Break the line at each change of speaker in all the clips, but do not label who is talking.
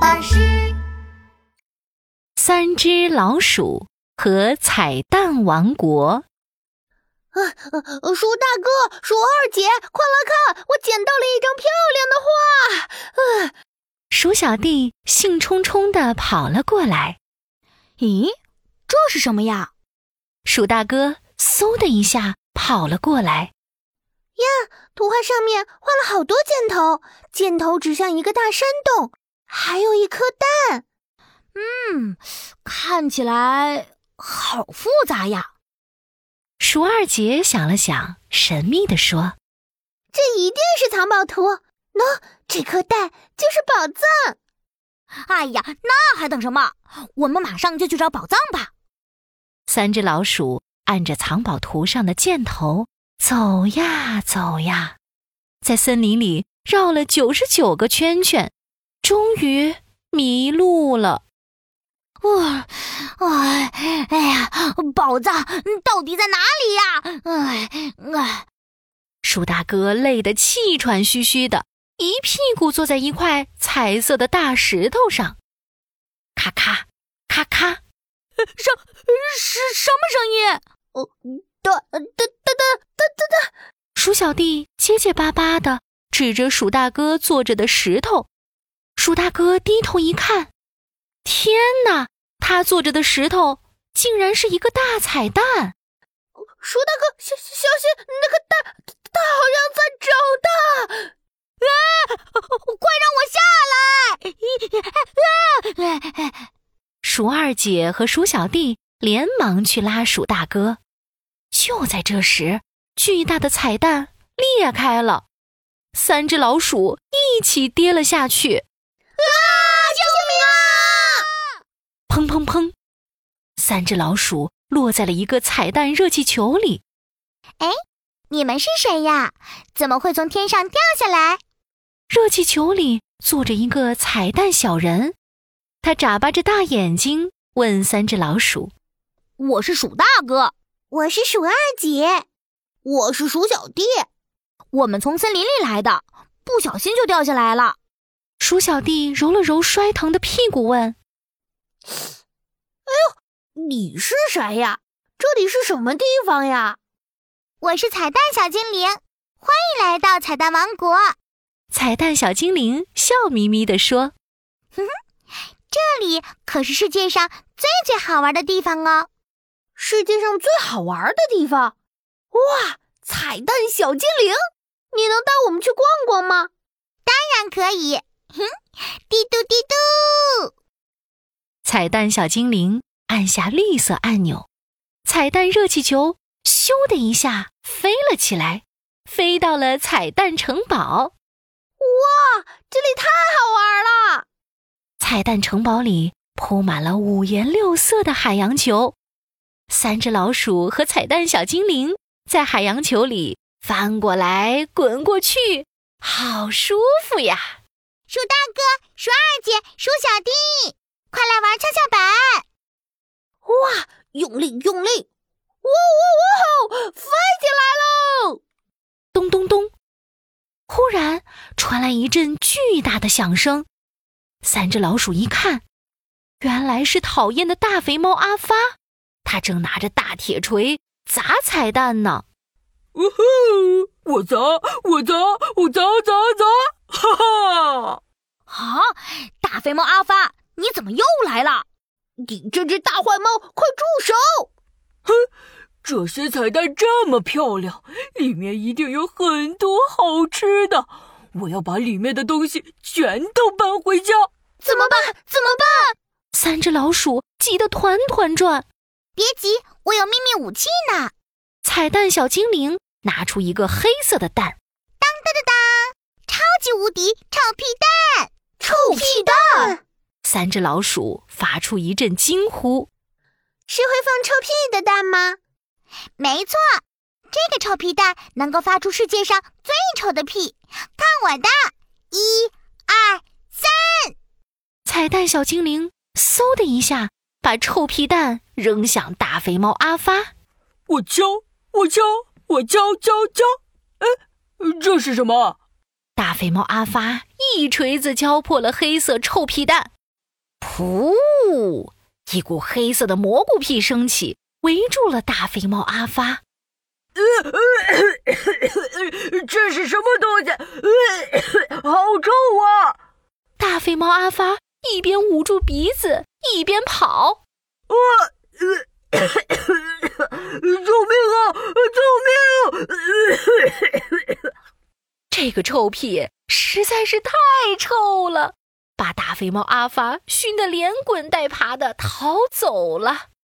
巴士。
三只老鼠和彩蛋王国。
啊啊！鼠大哥，鼠二姐，快来看，我捡到了一张漂亮的画！啊，
鼠小弟兴冲冲地跑了过来。
咦，这是什么呀？
鼠大哥嗖的一下跑了过来。
呀，图画上面画了好多箭头，箭头指向一个大山洞，还有一颗蛋。
嗯，看起来好复杂呀。
鼠二姐想了想，神秘地说：“
这一定是藏宝图，喏、no,，这颗蛋就是宝藏。”
哎呀，那还等什么？我们马上就去找宝藏吧！
三只老鼠按着藏宝图上的箭头走呀走呀，在森林里绕了九十九个圈圈，终于迷路了。
哇！哎哎呀，宝藏到底在哪里呀？哎哎，
鼠大哥累得气喘吁吁的，一屁股坐在一块彩色的大石头上，咔咔咔咔，
什什什么声音？
哦，哒哒哒哒哒哒哒！
鼠小弟结结巴巴的指着鼠大哥坐着的石头，鼠大哥低头一看。天哪！他坐着的石头竟然是一个大彩蛋。
鼠大哥，小小心那个蛋，它好像在长大！
啊！快让我下来！啊！
鼠二姐和鼠小弟连忙去拉鼠大哥。就在这时，巨大的彩蛋裂开了，三只老鼠一起跌了下去。
啊
砰砰砰！三只老鼠落在了一个彩蛋热气球里。
哎，你们是谁呀？怎么会从天上掉下来？
热气球里坐着一个彩蛋小人，他眨巴着大眼睛问三只老鼠：“
我是鼠大哥，
我是鼠二姐，我是鼠小弟。
我们从森林里来的，不小心就掉下来了。”
鼠小弟揉了揉摔疼的屁股，问。
哎呦，你是谁呀？这里是什么地方呀？
我是彩蛋小精灵，欢迎来到彩蛋王国。
彩蛋小精灵笑眯眯地说：“
哼哼，这里可是世界上最最好玩的地方哦！
世界上最好玩的地方，哇！彩蛋小精灵，你能带我们去逛逛吗？
当然可以。哼，嘀嘟嘀嘟。”
彩蛋小精灵按下绿色按钮，彩蛋热气球咻的一下飞了起来，飞到了彩蛋城堡。
哇，这里太好玩了！
彩蛋城堡里铺满了五颜六色的海洋球，三只老鼠和彩蛋小精灵在海洋球里翻过来滚过去，好舒服呀！
鼠大哥、鼠二姐、鼠小弟。快来玩跷跷板！
哇，用力用力！哇哇哇！飞起来喽！
咚咚咚！忽然传来一阵巨大的响声，三只老鼠一看，原来是讨厌的大肥猫阿发，他正拿着大铁锤砸彩蛋呢。
呜呼！我砸！我砸！我砸砸砸！哈
哈！啊！大肥猫阿发！你怎么又来了？
你这只大坏猫，快住手！
哼，这些彩蛋这么漂亮，里面一定有很多好吃的，我要把里面的东西全都搬回家。
怎么办？怎么办？
三只老鼠急得团团转。
别急，我有秘密武器呢。
彩蛋小精灵拿出一个黑色的蛋，
当当当当，超级无敌臭屁蛋！
臭屁蛋！
三只老鼠发出一阵惊呼：“
是会放臭屁的蛋吗？”“
没错，这个臭屁蛋能够发出世界上最臭的屁。看我的，一、二、三！”
彩蛋小精灵嗖的一下把臭屁蛋扔向大肥猫阿发。
“我敲，我敲，我敲敲敲！哎，这是什么？”啊
大肥猫阿发一锤子敲破了黑色臭屁蛋。噗！一股黑色的蘑菇屁升起，围住了大肥猫阿发。
这是什么东西？ 好臭啊！
大肥猫阿发一边捂住鼻子，一边跑。
我、呃、救命啊！救命、
啊！这个臭屁实在是太臭了，把大肥猫阿发熏得连滚带爬的逃走了。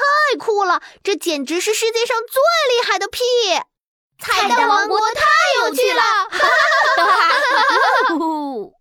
太酷了！这简直是世界上最厉害的屁！
彩蛋王国太有趣了！
哈哈哈哈哈！